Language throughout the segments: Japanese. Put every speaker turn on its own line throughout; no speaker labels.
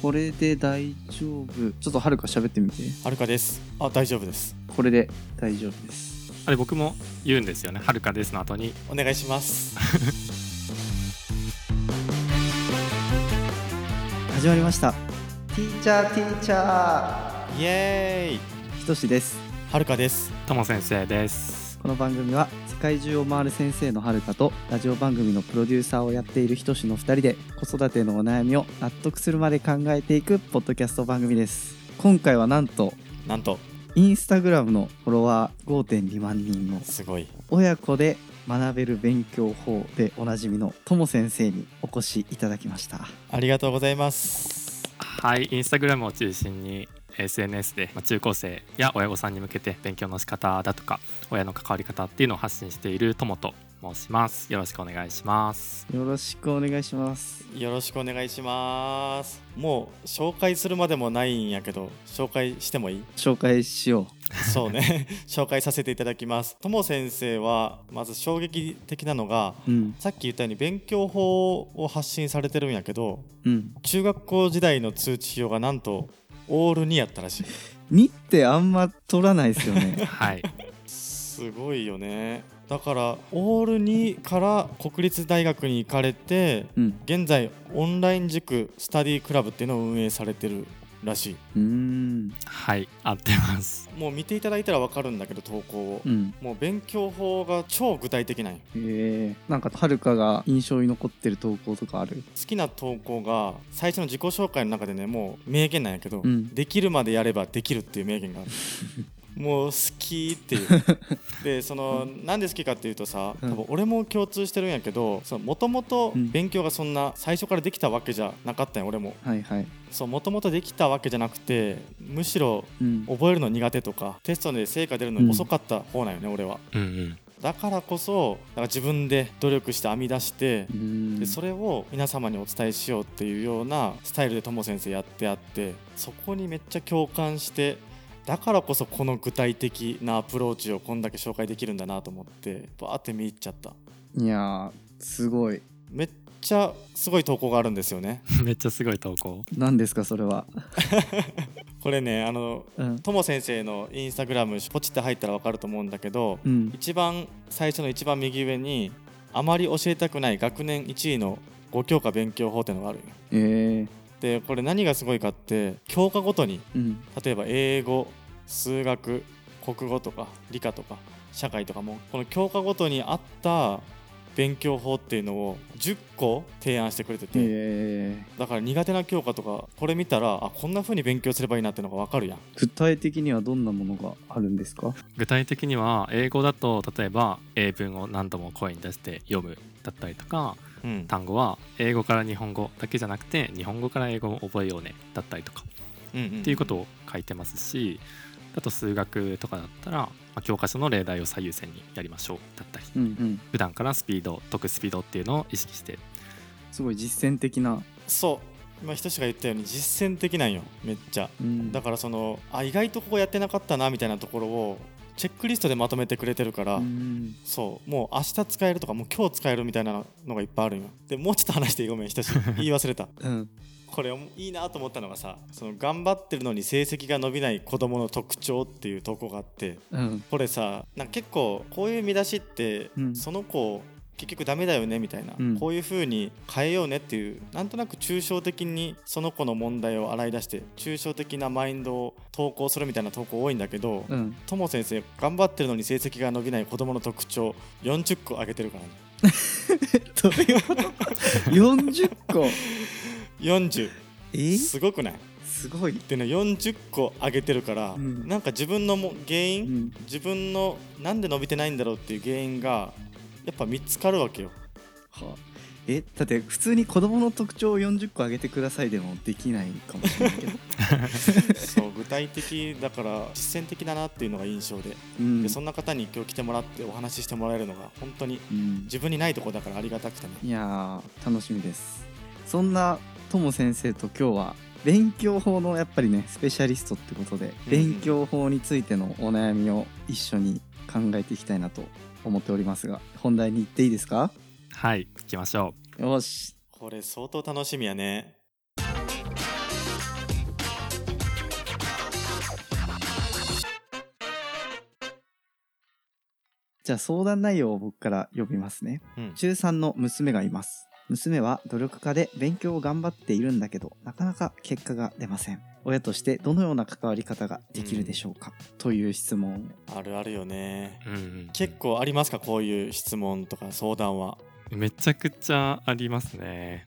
これで大丈夫。ちょっとはるか喋ってみて。
はるかです。あ、大丈夫です。
これで大丈夫です。
あれ僕も言うんですよね「はるかです」の後に
お願いします。
始まりました。ティーチャーティーチャ
イエーイ。
ー。ひとしです。
はるかです。
とも先生です
この番組は世界中を回る先生のはるかとラジオ番組のプロデューサーをやっているひとしの2人で子育てのお悩みを納得するまで考えていくポッドキャスト番組です今回はなんと
なんと
インスタグラムのフォロワー5.2万人の
すごい。
親子で学べる勉強法でおなじみのとも先生にお越しいただきました
ありがとうございます。
はいインスタグラムを中心に SNS でまあ中高生や親御さんに向けて勉強の仕方だとか親の関わり方っていうのを発信しているともと申しますよろしくお願いします
よろしくお願いします
よろしくお願いします。もう紹介するまでもないんやけど、紹介してもいい
紹介しよ
そうね。紹介させていただきます。とも先生は、まず衝撃的なのが、
ううん
さっき言ったように勉強法を発信されてるんやけど、
うん
中学校時代の通知表がなんと、オール2やったらしい。
2ってあんま取らないですよね
はい
すごいよねだからオール2から国立大学に行かれて
うん
現在オンライン塾スタディクラブっていうのを運営されてるらしいう
ーん
はい合ってます
もう見ていただいたら分かるんだけど投稿を、
うん
もう勉強法が超具体的なんよ
へえなんかはるかが印象に残ってる投稿とかある
好きな投稿が最初の自己紹介の中でねもう名言なんやけど、
うん
できるまでやればできるっていう名言 があるもう好きっていうでそのなんで好きかっていうとさ多
うん
分俺も共通してるんやけどもともと
うん
勉強がそんな最初からできたわけじゃなかったんよ俺も
はいはい
そうもともとできたわけじゃなくてむしろ
うん
覚えるの苦手とかテストで成果出るの遅かった方なんよね、俺は
うんうん
だからこそなんか自分で努力して編み出して
うーん
でそれを皆様にお伝えしようっていうようなスタイルでとも先生やってあってそこにめっちゃ共感してだからこそこの具体的なアプローチをこんだけ紹介できるんだなと思ってバーって見入っちゃった
いやーすごい
めっちゃすごい投稿があるんですよね
めっちゃすごい投稿
何ですかそれは
これねあの
うん
とも先生のインスタグラムポチって入ったらわかると思うんだけど
うん
一番最初の一番右上にあまり教えたくない学年1位の5教科勉強法っていうのがあるよ
えー、
でこれ何がすごいかって教科ごとに
うん
例えば英語数学国語とか理科とか社会とかもこの教科ごとに合った勉強法っていうのを10個提案してくれてて、
え
だから苦手な教科とかこれ見たらあこんな風に勉強すればいいなってのが分かるやん
ー、具体的にはどんなものがあるんですか
具体的には英語だと例えば英文を何度も声に出して読むだったりとか
うん
単語は英語から日本語だけじゃなくて日本語から英語を覚えようねだったりとか
うん
っていうことを書いてますしあと数学とかだったら、まあ教科書の例題を最優先にやりましょうだったり
うんうん
普段からスピード解くスピードっていうのを意識して
すごい実践的な
そう今ひとしが言ったように実践的なんよめっちゃ
うん
だからそのあ意外とここやってなかったなみたいなところをチェックリストでまとめてくれてるから、
うん
そうもう明日使えるとかもう今日使えるみたいなのがいっぱいあるんよでもうちょっと話していいごめんひ とし言い忘れた
うん
これいいなと思ったのがさその頑張ってるのに成績が伸びない子供の特徴っていう投稿があって
うん
これさなんか結構こういう見出しって、
うん
その子を結局ダメだよねみたいな、
うん
こういう風に変えようねっていうなんとなく抽象的にその子の問題を洗い出して抽象的なマインドを投稿するみたいな投稿多いんだけど、
うん
とも先生頑張ってるのに成績が伸びない子供の特徴40個挙げてるからね
どういうこと40個
40
え
すごくない
すごい
でね40個挙げてるから、
うん
なんか自分のも原
う
因、
ん
自分のなんで伸びてないんだろうっていう原因がやっぱ見つかるわ けよ
はあえだって普通に子供の特徴を40個あげてくださいでもできないかもしれない けど、
そう具体的だから実践的だなっていうのが印象で,、
うん
でそんな方に今日来てもらってお話ししてもらえるのが本当に
うん
自分にないとこだからありがたくてね
いやー楽しみですそんなとも先生と今日は勉強法のやっぱりねスペシャリストってことで
うん
勉強法についてのお悩みを一緒に考えていきたいなと思っておりますが本題に行っていいですか
はい聞きましょう
よし
これ相当楽しみやね
じゃあ相談内容を僕から読みますね。
うん
中3の娘がいます。娘は努力家で勉強を頑張っているんだけど、なかなか結果が出ません。親としてどのような関わり方ができるでしょうか、という質問。
あるあるよね
うんうん
結構ありますかこういう質問とか相談は
めちゃくちゃありますね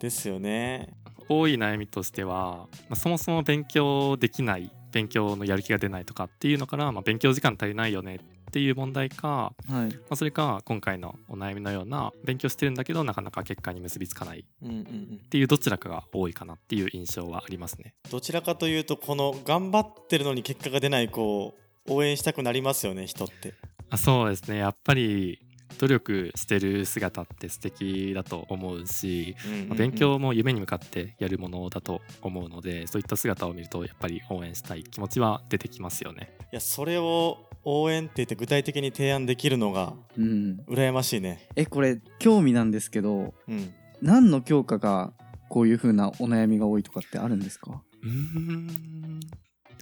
ですよね
多い悩みとしては、まあそもそも勉強できない勉強のやる気が出ないとかっていうのから、まあ、勉強時間足りないよねっていう問題か、
はい。
まあそれか今回のお悩みのような勉強してるんだけどなかなか結果に結びつかないっ
うんうんうん
ていうどちらかが多いかなっていう印象はありますね。
どちらかというとこの頑張ってるのに結果が出ない子を応援したくなりますよね人って
あそうですねやっぱり努力してる姿って素敵だと思うし、
うんうんうん
まあ勉強も夢に向かってやるものだと思うのでそういった姿を見るとやっぱり応援したい気持ちは出てきますよね。
いやそれを応援って言って具体的に提案できるのが
うん。
羨ましいね
え、これ、興味なんですけど、
うん
何の教科がこういう風なお悩みが多いとかってあるんですか
うーん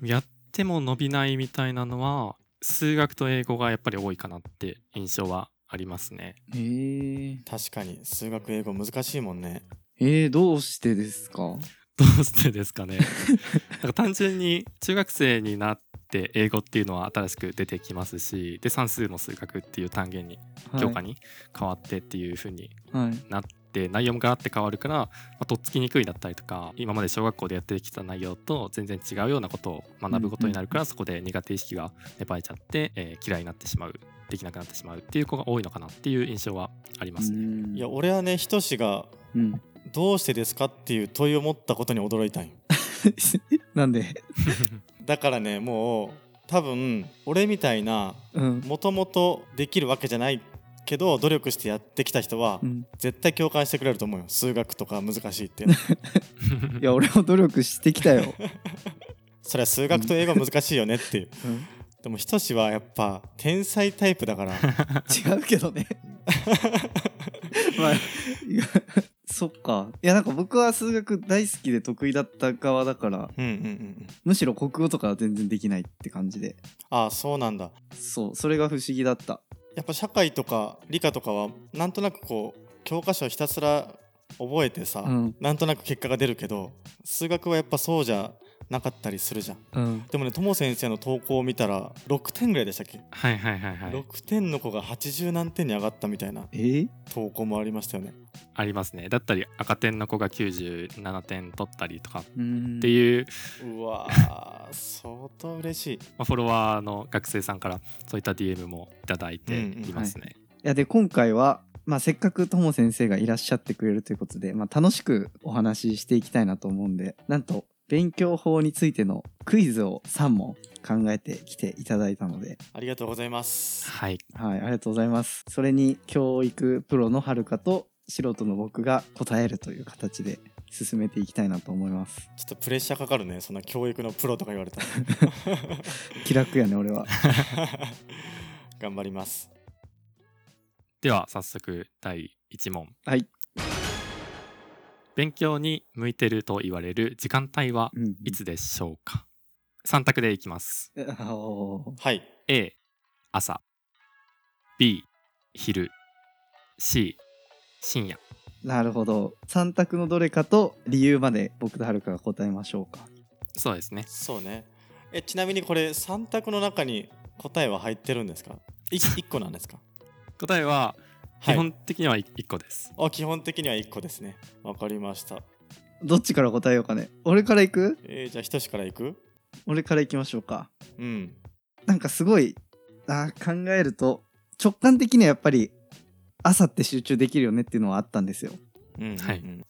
やっても伸びないみたいなのは数学と英語がやっぱり多いかなって印象はありますね。
へえ。
確かに数学英語難しいもんね
えー、どうしてですか
どうしてですかねなんか単純に中学生になって英語っていうのは新しく出てきますしで算数も数学っていう単元に教科
に。
に変わってっていう風に
はい。
なって内容もガラッて変わるから、まあとっつきにくいだったりとか今まで小学校でやってきた内容と全然違うようなことを学ぶことになる
う
か
んう
らそこで苦手意識が芽生えちゃって、えー嫌いになってしまうできなくなってしまうっていう子が多いのかなっていう印象はありますね。
うん
いや俺はねひとしが
うん。
どうしてですかっていう問いを持ったことに驚いたんよ
なんで
だからねもう多分俺みたいな
うん。
もともとできるわけじゃないけど努力してやってきた人は
うん、
絶対共感してくれると思うよ数学とか難しいっていう の
いや俺も努力してきた よ、
それは数学と英語難しいよねっていうでもひとしはやっぱ天才タイプだから
違うけど ねまあいやそっかいやなんか僕は数学大好きで得意だった側だから
うんうんうんうん
むしろ国語とかは全然できないって感じで
ああそうなんだ
そうそれが不思議だった
やっぱ社会とか理科とかはなんとなくこう教科書ひたすら覚えてさ、
うん
なんとなく結果が出るけど数学はやっぱそうじゃなかったりするじゃん
うん
でもねとも先生の投稿を見たら6点ぐらいでしたっけ、
はいはいはいはい。
6点の子が80何点に上がったみたいな
えー
投稿もありましたよね
ありますね。だったり赤点の子が97点取ったりとかっ
うん
ていう、
うわー相当嬉しい
まあフォロワーの学生さんからそういった DM もいただいていますね。
いやで今回は、まあ、せっかくとも先生がいらっしゃってくれるということで、まあ、楽しくお話ししていきたいなと思うんでなんと勉強法についてのクイズを3問考えてきていただいたので、
ありがとうございます
はい
はい、ありがとうございますそれに教育プロのはるかと素人の僕が答えるという形で進めていきたいなと思います
ちょっとプレッシャーかかるねそんな教育のプロとか言われたら
気楽やね俺 は
頑張ります
では早速第1問
はい
勉強に向いてると言われる時間帯は
うん
いつでしょうか3択でいきます
あお
はい
A 朝 B 昼 C 深夜
ーなるほど3択のどれかと理由まで僕とはるかが答えましょうか
そうですね
そうねえちなみにこれ3択の中に答えは入ってるんですか 1, 個なんですか
答えは
は
基
い
本的には1個です、
あ基本的には1個ですねわかりました
どっちから答えようかね俺から行く
えーじゃあひとしからいく
俺から行きましょうか
うん
なんかすごいあー考えると直感的にはやっぱり朝って集中できるよねっていうのはあったんですよ
うんうん
はい
うん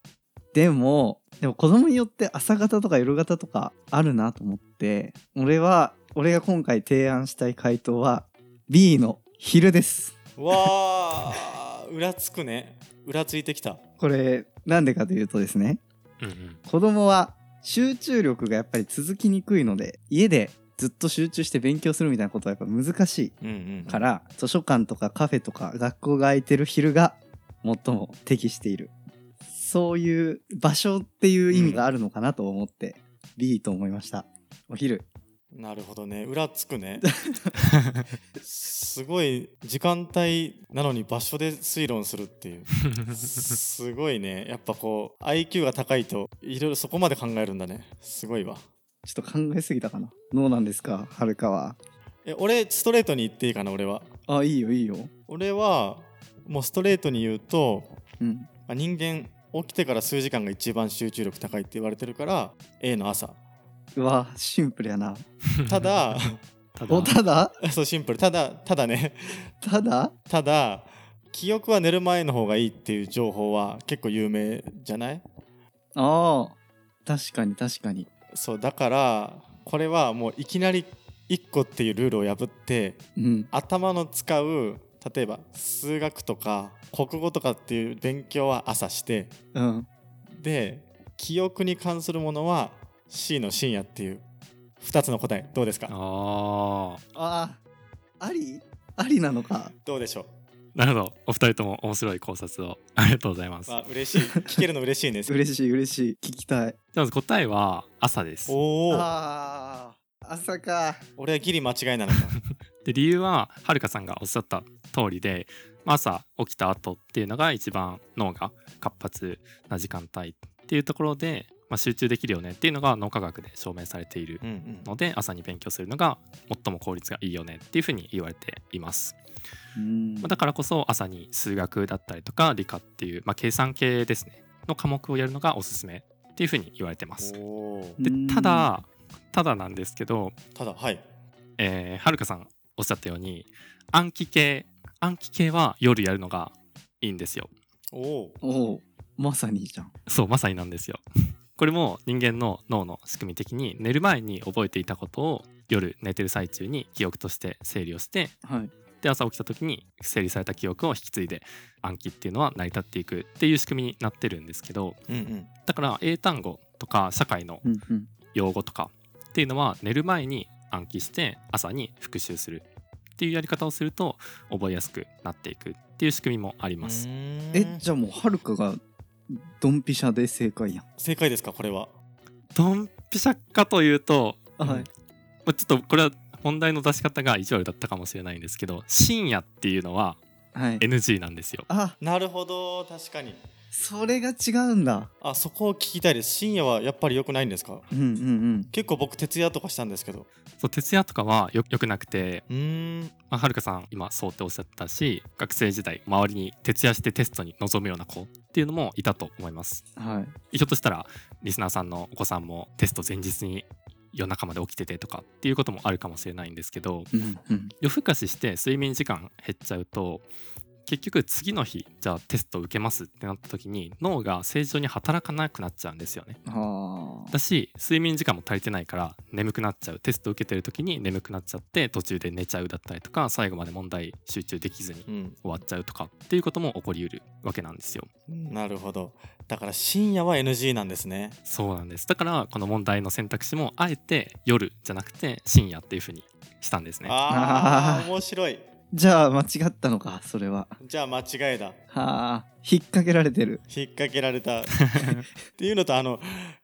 でもでも子供によって朝方とか夜方とかあるなと思って俺は俺が今回提案したい回答は B の昼です
わあ、うらつくね。うらついてきた。
これなんでかというとですね
うんうん
子供は集中力がやっぱり続きにくいので家でずっと集中して勉強するみたいなことはやっぱ難しい
うんうん
か。ら図書館とかカフェとか学校が空いてる昼が最も適しているそういう場所っていう意味があるのかなと思って B と思いましたお昼
なるほどね裏つくねすごい時間帯なのに場所で推論するっていうすごいねやっぱこう IQ が高いといろいろそこまで考えるんだねすごいわ
ちょっと考えすぎたかなどうなんですかはるかは
え俺ストレートに言っていいかな俺は
あいいよいいよ
俺はもうストレートに言うと
うん
まあ人間起きてから数時間が一番集中力高いって言われてるから A の朝
うわシンプルやな
ただ
ただ
おただ
そうシンプルただただね
ただ
ただ記憶は寝る前の方がいいっていう情報は結構有名じゃない
ああ確かに確かに
そうだからこれはもういきなり1個っていうルールを破って
うん
頭の使う例えば数学とか国語とかっていう勉強は朝して
うん
で記憶に関するものは C の深夜っていう2つの答えどうですか
あ
ああありありなのか
どうでしょう
ーなるほどお二人とも面白い考察をありがとうございます、
まあ 嬉しい聞けるの嬉しいね
嬉しい嬉しい聞きたい
じゃあまず答えは朝です
おお
ああ朝か
俺はギリ間違いなのか
で理由ははるかさんがおっしゃった通りでまあ朝起きた後っていうのが一番脳が活発な時間帯っていうところで、まあ、集中できるよねっていうのが脳科学で証明されている
う んうん
ので朝に勉強するのが最も効率がいいよねっていうふうに言われています
うん
まあだからこそ朝に数学だったりとか理科っていう、まあ、計算系ですねの科目をやるのがおすすめっていうふうに言われてます
おお
で
うん
ただただなんですけど
ただはい
えーはるかさんおっしゃったように暗記系暗記系は夜やるのがいいんですよ
おお
おおまさにいいじゃん
そうまさになんですよ これも人間の脳の仕組み的に寝る前に覚えていたことを夜寝てる最中に記憶として整理をして
はい
で朝起きた時に整理された記憶を引き継いで暗記っていうのは成り立っていくっていう仕組みになってるんですけど
うんうん
だから英単語とか社会の
うんうん
用語とかっていうのは寝る前に暗記して朝に復習するっていうやり方をすると覚えやすくなっていくっていう仕組みもあります。
えじゃあもうはるかがドンピシャで正解やん
正解ですかこれは
ドンピシャかというと、
はい
うんまあちょっとこれは問題の出し方が意地悪だったかもしれないんですけど深夜っていうのは
はい
NG なんですよ。
あ
なるほど確かに
それが違うんだ
あそこを聞きたいです深夜はやっぱり良くないんですか
うんうんうん
結構僕徹夜とかしたんですけど
そう徹夜とかはよよくなくて、
うーん
まあ、はるかさん今そうっておっしゃったし学生時代周りに徹夜してテストに臨むような子っていうのもいたと思います。
はい
ひょっとしたらリスナーさんのお子さんもテスト前日に夜中まで起きててとかっていうこともあるかもしれないんですけど
うんうん
夜更かしして睡眠時間減っちゃうと結局次の日じゃあテスト受けますってなった時に脳が正常に働かなくなっちゃうんですよね
あ
だし睡眠時間も足りてないから眠くなっちゃうテスト受けてる時に眠くなっちゃって途中で寝ちゃうだったりとか最後まで問題集中できずに
うん
終わっちゃうとかっていうことも起こりうるわけなんですよ
なるほどだから深夜は NG なんですね
そうなんですだからこの問題の選択肢もあえて夜じゃなくて深夜っていう風にしたんですね
あ
あ ー
ー
面白い
じゃあ間違ったのかそれは
じゃあ間違いだ
はあ引っ掛けられてる
引っ掛けられ たっていうのとあの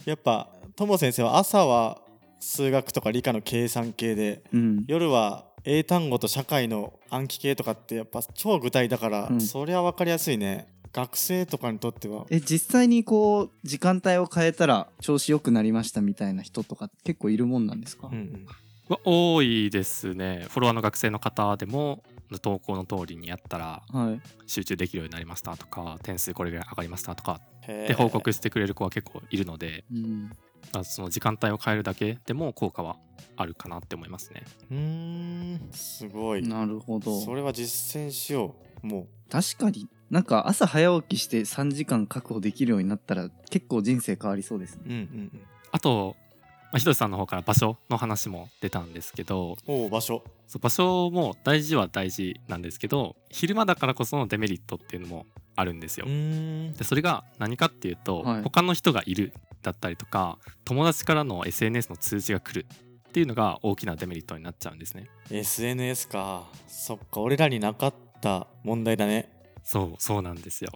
やっぱとも先生は朝は数学とか理科の計算系で
うん
夜は英単語と社会の暗記系とかってやっぱ超具体だから、
うん
そりゃ分かりやすいね学生とかにとっては
え実際にこう時間帯を変えたら調子良くなりましたみたいな人とか結構いるもんなんですか、
うんうん
は多いですねフォロワーの学生の方でも投稿の通りにやったら
はい
集中できるようになりましたとか点数これぐらい上がりましたとか
へー
って報告してくれる子は結構いるので
うん、
あその時間帯を変えるだけでも効果はあるかなって思いますね
うーんすごい
なるほど
それは実践しようも
確かになんか朝早起きして3時間確保できるようになったら結構人生変わりそうですね
ううんうん
あと、まあ、ひとしさんの方から場所の話も出たんですけど
うんおお場所
そう場所も大事は大事なんですけど昼間だからこそのデメリットっていうのもあるんですよ
う。ーん
でそれが何かっていうと、
はい
他の人がいるだったりとか友達からの SNS の通知が来るっていうのが大きなデメリットになっちゃうんですね。
SNS かそっか俺らになかった問題だね
そうそうなんですよ。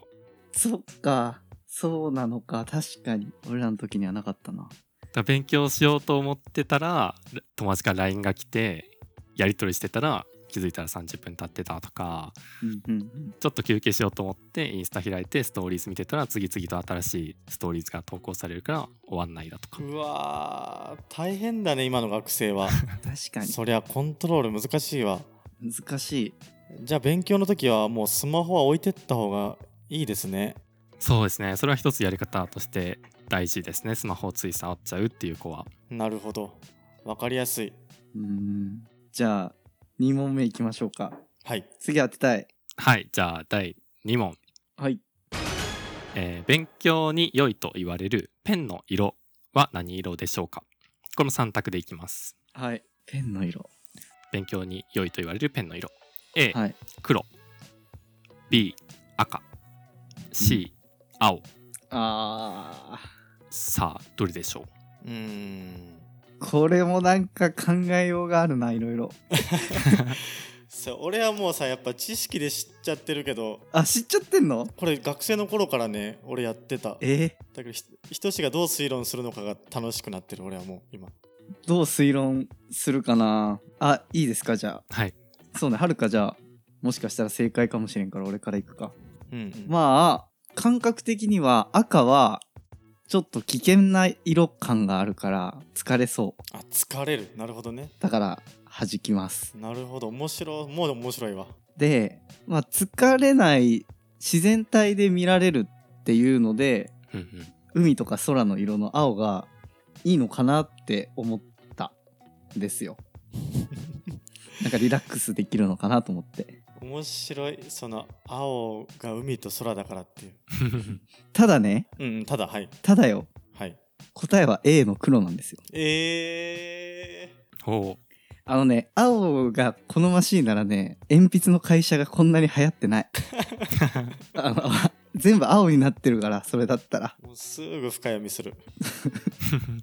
そっかそうなのか確かに俺らの時にはなかったな
だから勉強しようと思ってたら友達から LINE が来てやり取りしてたら気づいたら30分経ってたとか
うんうんうん
ちょっと休憩しようと思ってインスタ開いてストーリーズ見てたら次々と新しいストーリーズが投稿されるから終わんないだとか
うわー大変だね今の学生は
確か
そりゃコントロール難しいわ
に難しい
じゃあ勉強の時はもうスマホは置いてった方がいいですね
そうですねそれは一つやり方として大事ですねスマホをつい触っちゃうっていう子は
なるほどわかりやすいう
ーんじゃあ2問目いきましょうか
はい
次当てたい
はいじゃあ第2問、
はい
えー勉強に良いと言われるペンの色は何色でしょうかこれも3択でいきます
はいペンの色
勉強に良いと言われるペンの色 A、
はい
黒 B 赤 C、青
あ
さあどれでしょう
うーん
ーこれもなんか考えようがあるないろいろ
そう俺はもうさやっぱ知識で知っちゃってるけど
あ知っちゃってんの
これ学生の頃からね俺やってただ
え
けどひひとしがどう推論するのかが楽しくなってる俺はもう今
どう推論するかなあいいですかじゃ
はい
あそうねはるかじゃあもしかしたら正解かもしれんから俺からいくか
うん、うん
まあ感覚的には赤はちょっと危険な色感があるから疲れそう
あ疲れるなるほどね
だから弾きます
なるほど面白いもう面白いわ
で、まあ、疲れない自然体で見られるっていうので
うんうん
海とか空の色の青がいいのかなって思ったんですよなんかリラックスできるのかなと思って
面白いその青が海と空だからっていう
ただね
うんうんただはい
ただよ
はい
答えは A の黒なんですよ
え
おう
あのね青が好ましいならね鉛筆の会社がこんなに流行ってないあの全部青になってるからそれだったら
ー、もうすぐ深読みする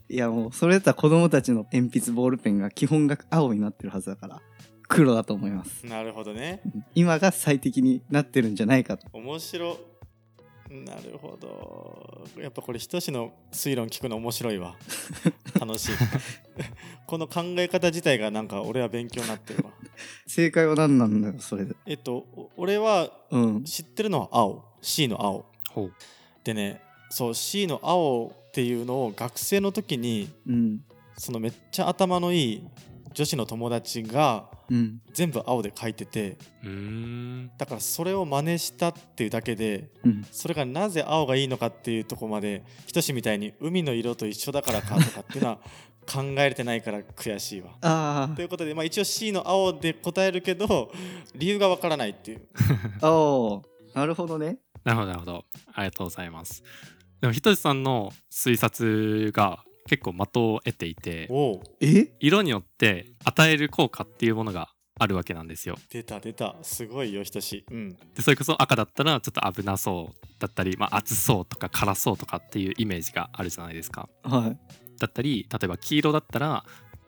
いやもうそれだったら子供たちの鉛筆ボールペンが基本が青になってるはずだから黒だと思います
なるほどね
うん今が最適になってるんじゃないかと
面白なるほどやっぱこれひとしの推論聞くの面白いわ楽しいこの考え方自体がなんか俺は勉強になってるわ
正解は何なんだよそれで
えっとお俺は
うん
知ってるのは青 C の青
ほう
でねそう C の青っていうのを学生の時に
うん
そのめっちゃ頭のいい女子の友達が
うん
全部青で書いてて
うーん
だからそれを真似したっていうだけで
うん
それがなぜ青がいいのかっていうとこまでひとしみたいに海の色と一緒だからかとかっていうのは考えれてないから悔しいわ。
あ
ということで、まあ、一応 C の青で答えるけど理由がわからないっていう
あ青なるほどね
なるほどなるほどありがとうございますでもひとしさんの推察が結構的を得ていて
おお
え
色によって与える効果っていうものがあるわけなんですよ
出た出たすごいよひとしうん
でそれこそ赤だったらちょっと危なそうだったり、まあ、熱そうとか辛そうとかっていうイメージがあるじゃないですか
はい
だったり例えば黄色だったら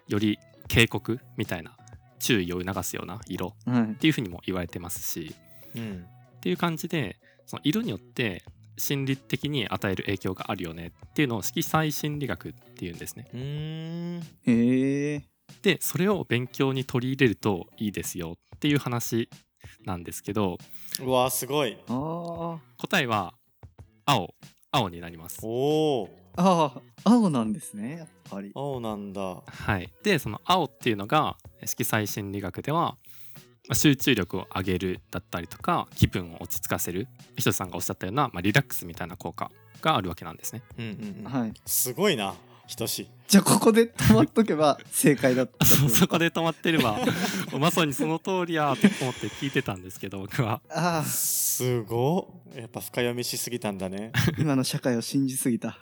より警告みたいな注意を促すような色っ
はい
ていうふうにも言われてますし
うん
っていう感じでその色によって心理的に与える影響があるよねっていうのを色彩心理学っていうんですね
うーん
へえ
でそれを勉強に取り入れるといいですよっていう話なんですけど
うわすごい
あ
答えは青青になります
おお
あああ青なんですねやっぱり
青なんだ
はい、でその青っていうのが色彩心理学ではまあ集中力を上げるだったりとか気分を落ち着かせるひとつさんがおっしゃったような、まあ、リラックスみたいな効果があるわけなんですね。
うんうん、うん、
はい
すごいなひとし
じゃあここで止まっとけば正解だった
そうそこ
で
で止まってればまさにその通りやって思って聞いてたんですけど僕は
ああ
すごっやっぱ深読みしすぎたんだね
今の社会を信じすぎた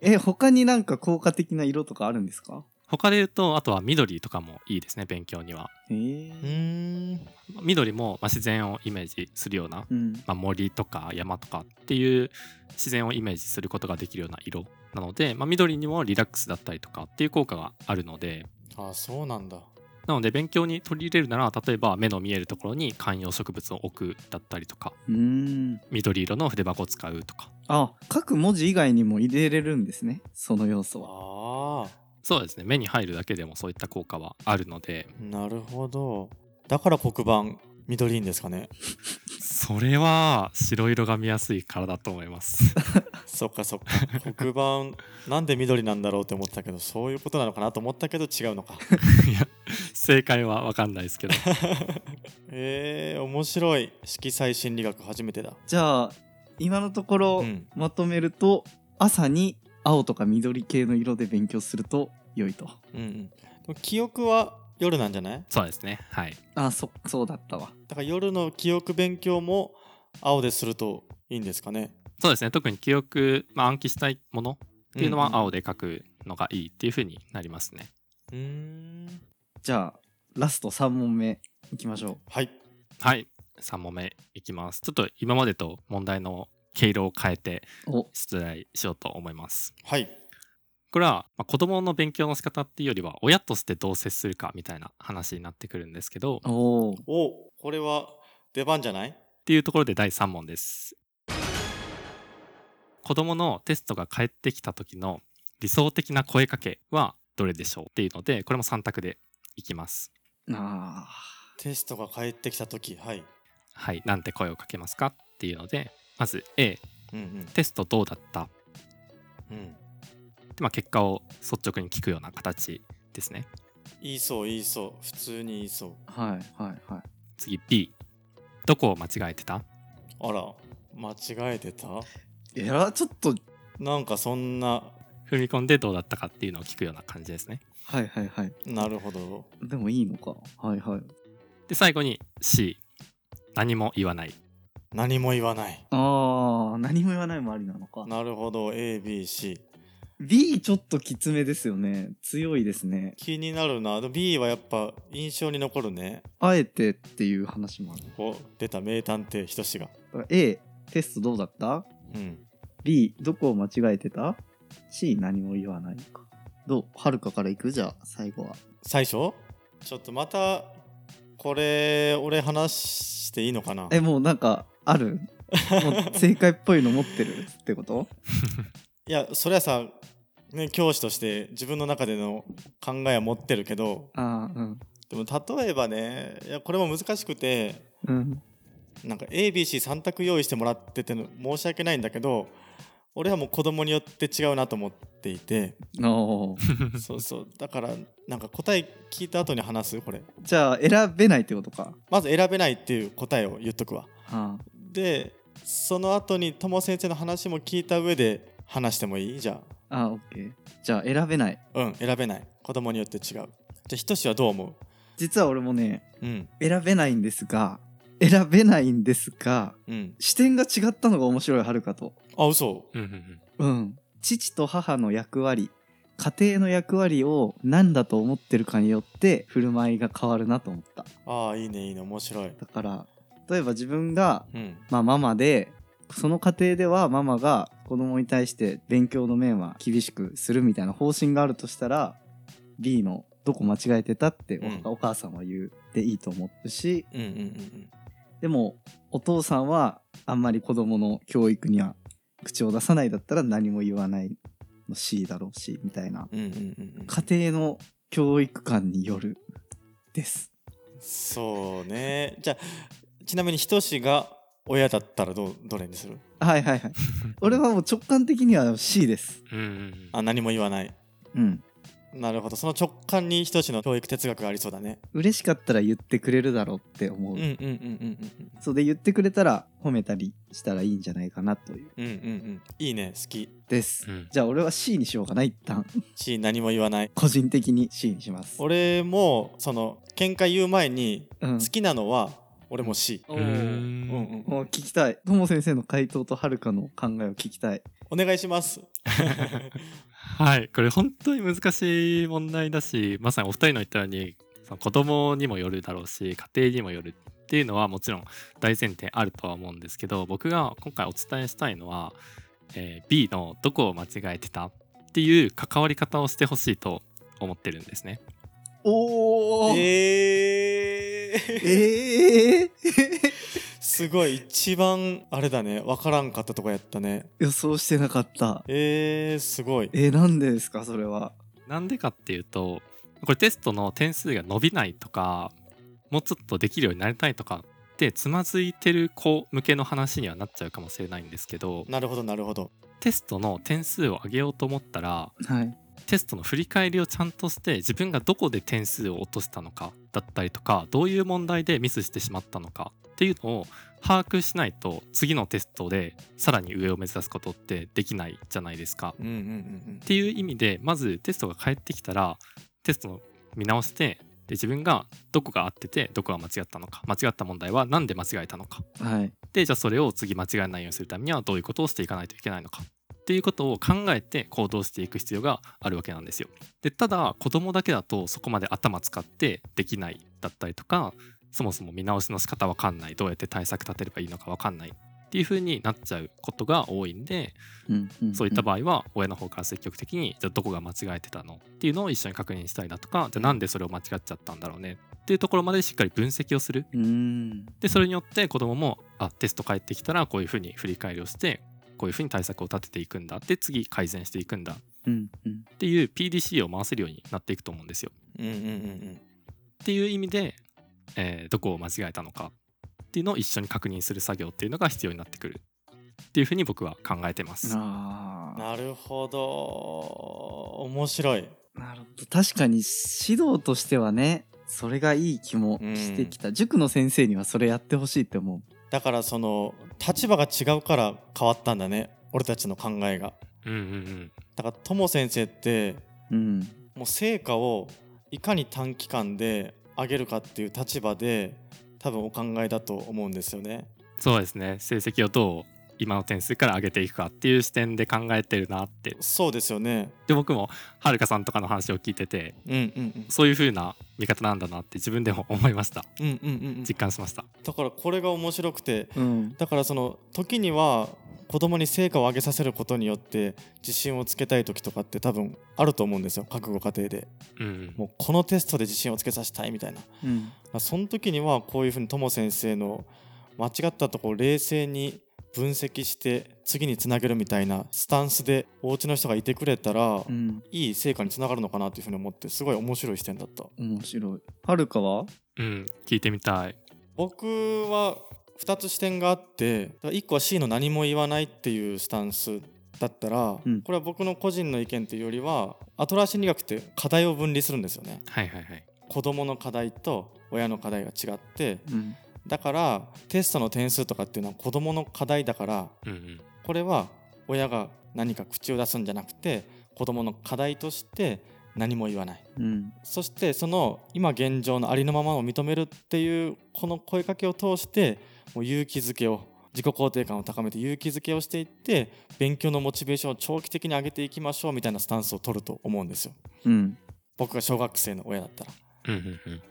え他になんか効果的な色とかあるんですか
他で言うとあとは緑とかもいいですね勉強には
へえ
うーん
緑も、まあ自然をイメージするような
うん
まあ、森とか山とかっていう自然をイメージすることができるような色なので、まあ、緑にもリラックスだったりとかっていう効果があるので
あそうなんだ
なので勉強に取り入れるなら例えば目の見えるところに観葉植物を置くだったりとか
うーん
緑色の筆箱を使うとか
あ書く文字以外にも入れれるんですねその要素は
あ
そうですね目に入るだけでもそういった効果はあるので
なるほどだから黒板緑いんですかね
それは白色が見やすいからだと思います
そっかそっか黒板なんで緑なんだろうって思ってたけどそういうことなのかなと思ったけど違うのか
いや正解は分かんないですけど
えー、面白い色彩心理学初めてだ
じゃあ今のとこ
う
ろ
ん
まとめると、朝に青とか緑系の色で勉強すると良いと
うんうんでも記憶は夜なんじゃない
そうですねはい
あそそうだったわ
だから夜の記憶勉強も青でするといいんですかね
そうですね特に記憶、まあ、暗記したいものっていうのは
んん
青で書くのがいいっていう風になりますね
うーん
じゃあラスト3問目いきましょ
はい
はい3問目いきますちょっと今までと問題の毛色を変えて
うお
出題しようと思います
はい
これは、まあ、子供の勉強の仕方っていうよりは親としてどう接するかみたいな話になってくるんですけどっ
おー
おこれは出番じゃない
ていうところで第3問です子供のテストが返ってきた時の理想的な声かけはどれでしょうっていうのでこれも3択でいきます
あ
テストが返ってきた時はい
はいなんて声をかけますかっていうのでまず A
うん
テストどうだった
うんうん
で、まあ、結果を率直に聞くような形ですね
言いそう言いそう普通に言いそ
ーはいはいはい
次 B どこを間違えてた
うあら間違えてた
えらちょっと
なんかそんな
踏み込んでどうだったかっていうのを聞くような感じですね
はいはいはい
なるほど
でもいいのかはいはい
で最後に C 何も言わない
何も言わない
あー何も言わないもありなのか
なるほど ABC
B ちょっときつめですよね強いですね
気になるなでも B はやっぱ印象に残るね
あえてっていう話もある
お出た名探偵ひとしが
だから A テストどうだった
うん
B どこを間違えてた C 何も言わないかどうはるかから行くじゃあ最後は
最初ちょっとまたこれ俺話していいのかな
えもうなんかあるもう正解っぽいの持ってる ってこと
いやそれはさ、ね、教師として自分の中での考えは持ってるけど
ああうん
でも例えばねいやこれも難しくて
うん
なんか ABC3 択用意してもらってての申し訳ないんだけど俺はもう子供によって違うなと思っていて
おー
そうそうだからなんか答え聞いた後に話すこれ
じゃあ選べないってことか
まず選べないっていう答えを言っとくわ
あ
でその後に友先生の話も聞いた上で話してもいいじゃ
あああオッケーじゃあ選べない
あうん選べない子供によって違うじゃあひとしはどう思
実は俺もね
ううん
選べないんですが選べないんですが
うん
視点が違ったのが面白いはるかと
あ嘘
うんうんうん
うん父と母の役割家庭の役割を何だと思ってるかによって振る舞いが変わるなと思った
ああいいねいいね面白い
だから例えば自分が、
うん
まあ、ママでその家庭ではママが子供に対して勉強の面は厳しくするみたいな方針があるとしたら B の「どこ間違えてた?」ってお,、
うん
お母さんは言うでいいと思うし
うんうんうん
でもお父さんはあんまり子供の教育には口を出さないだったら何も言わないの C だろうしみたいな
うんうんうんうんうん
家庭の教育観によるです
そうねじゃあちなみにひとしが親だったらどうどれにする
はいはいはい俺はもう直感的には C です
うんうんうん
あ何も言わない
うん
なるほどその直感にひとしの教育哲学がありそうだね
嬉しかったら言ってくれるだろうって思う、
うんうんうんうん
そうで言ってくれたら褒めたりしたらいいんじゃないかなという
うんうんうんうんうんいいね好き
です、
うん
じゃあ俺は C にしようかな一旦
し何も言わない
個人的に C にします、
俺もその喧嘩言う前に
うん
好、きなのは俺も C、
お
う
ー
うん
ん
うん
もう聞きたいとも先生の回答とはるかの考えを聞きたい
お願いします
はいこれ本当に難しい問題だしまさにお二人の言ったようにその子供にもよるだろうし家庭にもよるっていうのはもちろん大前提あるとは思うんですけど僕が今回お伝えしたいのは、えー B のどこを間違えてたっていう関わり方をしてほしいと思ってるんですね。
おー
え
え
ー、
ー、
すごい一番あれだね分からんかったとこやったね
予想してなかった
えー、すごい
えー、なんでですかそれは
なんでかっていうとこれテストの点数が伸びないとかもうちょっとできるようになりたいとかってつまずいてる子向けの話にはなっちゃうかもしれないんですけど
なるほどなるほど
テストの点数を上げようと思ったら
はい
テストの振り返りをちゃんとして自分がどこで点数を落としたのかだったりとかどういう問題でミスしてしまったのかっていうのを把握しないと次のテストでさらに上を目指すことってできないじゃないですか。
うんうんうんうん
っていう意味でまずテストが返ってきたらテストを見直してで自分がどこが合っててどこが間違ったのか間違った問題は何で間違えたのか
はい
でじゃあそれを次間違えないようにするためにはどういうことをしていかないといけないのかっていうことを考えて行動していく必要があるわけなんですよ。でただ子供だけだとそこまで頭使ってできないだったりとかそもそも見直しの仕方わかんないどうやって対策立てればいいのかわかんないっていう風になっちゃうことが多いんで
うんうん
そういった場合は親の方から積極的にじゃあどこが間違えてたのっていうのを一緒に確認したりだとかじゃあなんでそれを間違っちゃったんだろうねっていうところまでしっかり分析をする
うん
でそれによって子供もあテスト返ってきたらこういうふうに振り返りをしてこういうふうに対策を立てていくんだで次改善していくんだっ
うんうん
ていう PDC を回せるようになっていくと思うんですよ。
うんうんうん
っていう意味で、えーどこを間違えたのかっていうのを一緒に確認する作業っていうのが必要になってくるっていうふうに僕は考えてます。
う
あ
ん
ー
なるほど面白い
なるほど確かに指導としてはねそれがいい気もしてきた、塾の先生にはそれやってほしいって思う
だからその立場が違うから変わったんだね俺たちの考えが
うんうんうん
だからとも先生って
うん
もう成果をいかに短期間で上げるかっていう立場で多分お考えだと思うんですよね
そうですね成績をどう今の点数から上げていくかっていう視点で考えてるなって
そうですよね
で僕もはるかさんとかの話を聞いてて
うんうん
そういう風な見方なんだなって自分でも思いました。
うんうんうんうんうん
実感しました。
だからこれが面白くて
うん
だからその時には子供に成果を上げさせることによって自信をつけたい時とかって多分あると思うんですよ各ご家庭で
うん。
もうこのテストで自信をつけさせたいみたいな
うん
まあその時にはこういうふうにとも先生の間違ったところを冷静に分析して次につなげるみたいなスタンスでお家の人がいてくれたら
うん
いい成果につながるのかなというふうに思ってすごい面白い視点だった
面白いはるかは
うん。聞いてみたい。
僕は2つ視点があって1個は C の何も言わないっていうスタンスだったら、
うん
これは僕の個人の意見というよりはアトラー心理学って課題を分離するんですよね
はいはいはい。
子供の課題と親の課題が違って
うん
だからテストの点数とかっていうのは子どもの課題だから
うんうん。
これは親が何か口を出すんじゃなくて子どもの課題として何も言わない
うん
そしてその今現状のありのままを認めるっていうこの声かけを通してもう勇気づけを自己肯定感を高めて勇気づけをしていって勉強のモチベーションを長期的に上げていきましょうみたいなスタンスを取ると思うんですよ
うん
僕が小学生の親だったら。
うんうんうん。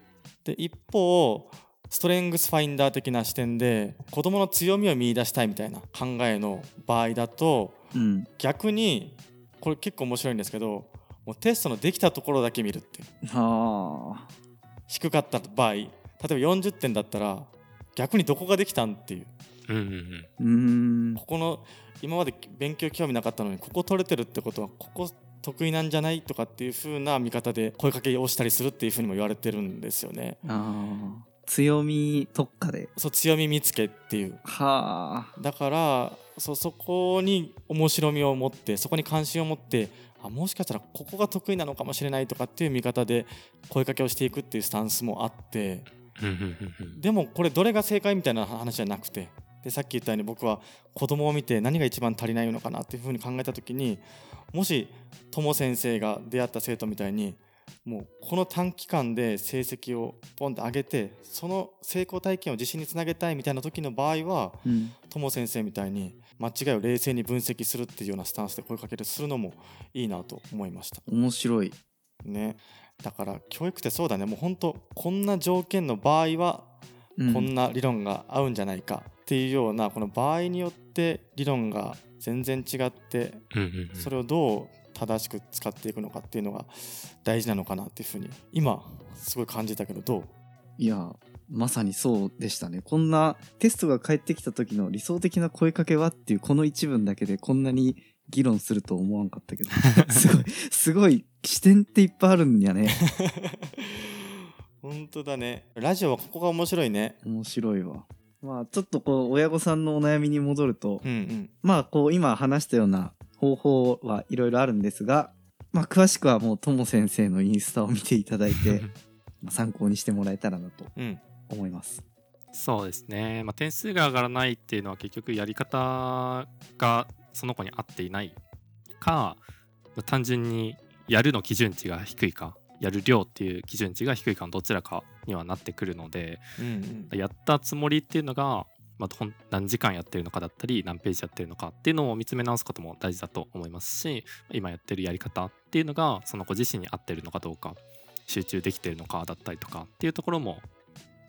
で一方ストレングスファインダー的な視点で子どもの強みを見出したいみたいな考えの場合だと
うん
逆にこれ結構面白いんですけどもうテストのできたところだけ見るっていう
はあ
低かった場合例えば40点だったら逆にどこができたんっていう
うんうんう
うー
ん。
ん
ここの今まで勉強興味なかったのにここ取れてるってことはここ得意なんじゃないとかっていう風な見方で声かけをしたりするっていう風にも言われてるんですよね。
あー強み特化で
そう強み見つけっていう
はあ
だからそそこに面白みを持ってそこに関心を持ってあもしかしたらここが得意なのかもしれないとかっていう見方で声かけをしていくっていうスタンスもあって
うんうんうんうん。
でもこれどれが正解みたいな話じゃなくてでさっき言ったように僕は子供を見て何が一番足りないのかなっていうふうに考えた時にもしとも先生が出会った生徒みたいにもうこの短期間で成績をポンと上げてその成功体験を自信につなげたいみたいな時の場合は
うん
とも先生みたいに間違いを冷静に分析するっていうようなスタンスで声かけるするのもいいなと思いました
面白い
ねだから教育ってそうだねもう本当こんな条件の場合は
うん
こんな理論が合うんじゃないかっていうようなこの場合によって理論が全然違って
うんうんうん。
それをどう正しく使っていくのかっていうのが大事なのかなっていうふうに今すごい感じたけどどう
いやまさにそうでしたねこんなテストが返ってきた時の理想的な声かけはっていうこの一文だけでこんなに議論すると思わんかったけど すごいすごい視点っていっぱいあるんやね
本当だねラジオはここが面白いね
面白いわまあちょっとこう親御さんのお悩みに戻ると、
うんうん
まあこう今話したような方法はいろいろあるんですが、まあ、詳しくはもうとも先生のインスタを見ていただい てまあ参考にしてもらえたらなと
うん
思います。
そうですね、まあ、点数が上がらないっていうのは結局やり方がその子に合っていないか単純にやるの基準値が低いかやる量っていう基準値が低いかのどちらかにはなってくるので
うんうん
やったつもりっていうのが、まあ、どん何時間やってるのかだったり何ページやってるのかっていうのを見つめ直すことも大事だと思いますし今やってるやり方っていうのがその子自身に合ってるのかどうか集中できてるのかだったりとかっていうところも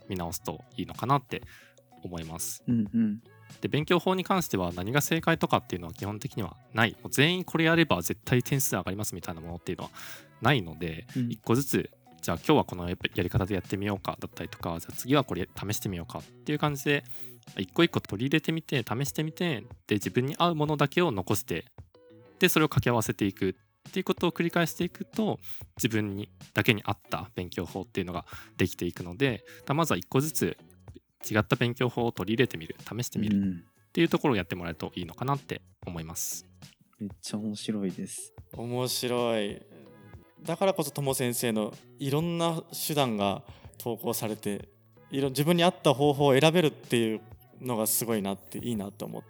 見直すといいのかなって思います。
うんうん
で勉強法に関しては何が正解とかっていうのは基本的にはないもう全員これやれば絶対点数上がりますみたいなものっていうのはないので
うん
一個ずつじゃあ今日はこのやっぱやり方でやってみようかだったりとかじゃあ次はこれ試してみようかっていう感じで一個一個取り入れてみて試してみてで自分に合うものだけを残してでそれを掛け合わせていくっていうことを繰り返していくと自分にだけに合った勉強法っていうのができていくのでだからまずは一個ずつ違った勉強法を取り入れてみる試してみる
うん
っていうところをやってもらえるといいのかなって思います。
めっちゃ面白いです。
面白いだからこそとも先生のいろんな手段が投稿されていろ自分に合った方法を選べるっていうのがすごいなっていいなと思っ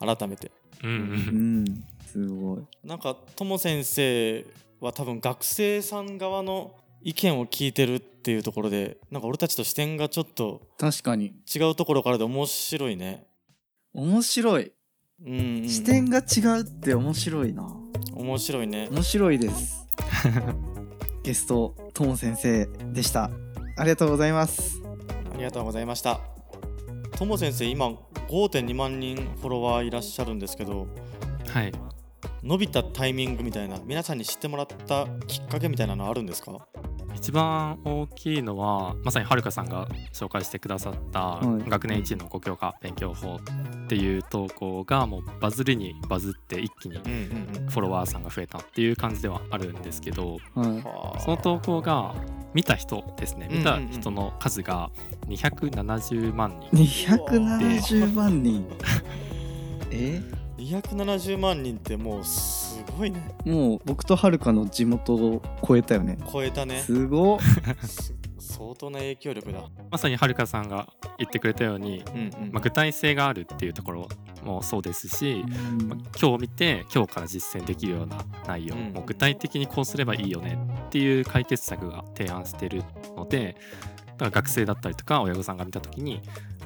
た改めて
うん
う
う
んん、すごい。
なんかとも先生は多分学生さん側の意見を聞いてるっていうところでなんか俺たちと視点がちょっと
確かに
違うところからで面白いね
面白い。
うんうん、
視点が違うって面白いな。
面白いね
面白い です。ゲストとも先生でした。ありがとうございます。
ありがとうございました。とも先生、今5.2万人フォロワーいらっしゃるんですけど、
はい
伸びたタイミングみたいな、皆さんに知ってもらったきっかけみたいなのあるんですか
一番大きいのはまさにはるかさんが紹介してくださった
はい
学年1の5教科勉強法っていう投稿がもうバズりにバズって一気に
うんうん
フォロワーさんが増えたっていう感じではあるんですけど
はい。
その投稿が見た人ですね
うん
見た人の数が270万人
270万 人。え
270万人ってもうすごいね。
もう僕とはるかの地元を超えたよね。
超えたね。
すごっ。
す相当な影響力だ。
まさにはるかさんが言ってくれたように、
うんうん
まあ具体性があるっていうところもそうですしまあ今日見て今日から実践できるような内容、
うん
もう具体的にこうすればいいよねっていう解決策が提案してるのでだから学生だったりとか親御さんが見た時に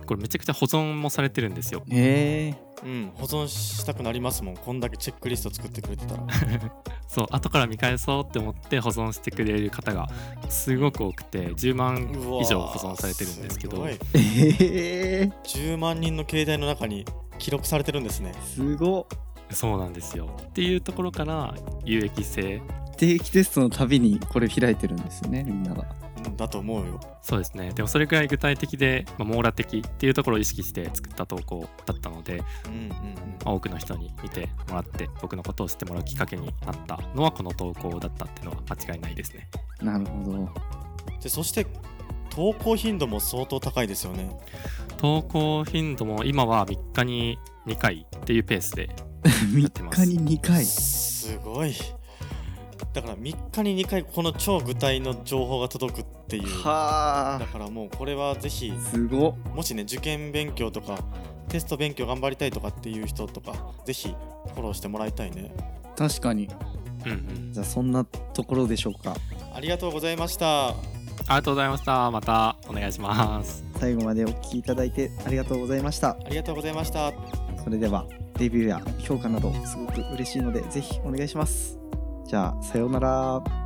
これめちゃくちゃ保存もされてるんですよ。
へえ。
うん、保存したくなりますもん。こんだけチェックリスト作ってくれてたら。
そう後から見返そうって思って保存してくれる方がすごく多くて10万
うわー
以上保存されてるんですけど
ごい
ええ。
10万人の携帯の中に記録されてるんですね。
すごっ。
そうなんですよ。っていうところから有益性
定期テストのたびにこれ開いてるんですよね、みんなが。
うんだと思うよ。
そうですねでもそれくらい具体的で、まあ、網羅的っていうところを意識して作った投稿だったので
うんうんうん
まあ多くの人に見てもらって僕のことを知ってもらうきっかけになったのはこの投稿だったっていうのは間違いないですね
なるほど。
でそして投稿頻度も相当高いですよね。
投稿頻度も今は3日に2回っていうペースでやって
3
ます
日に2回。
すごい。だから3日に2回この超具体の情報が届くっていう。
は
だからもうこれはぜひ
あ。すごっ。
もしね受験勉強とかテスト勉強頑張りたいとかっていう人とかぜひフォローしてもらいたいね。
確かに。
うんうん
じゃあそんなところでしょうか。
ありがとうございました。
ありがとうございましたまたお願いします
最後までお聞きいただいてありがとうございました。
ありがとうございました。
それではレビューや評価などすごく嬉しいのでぜひお願いします。じゃあさようなら。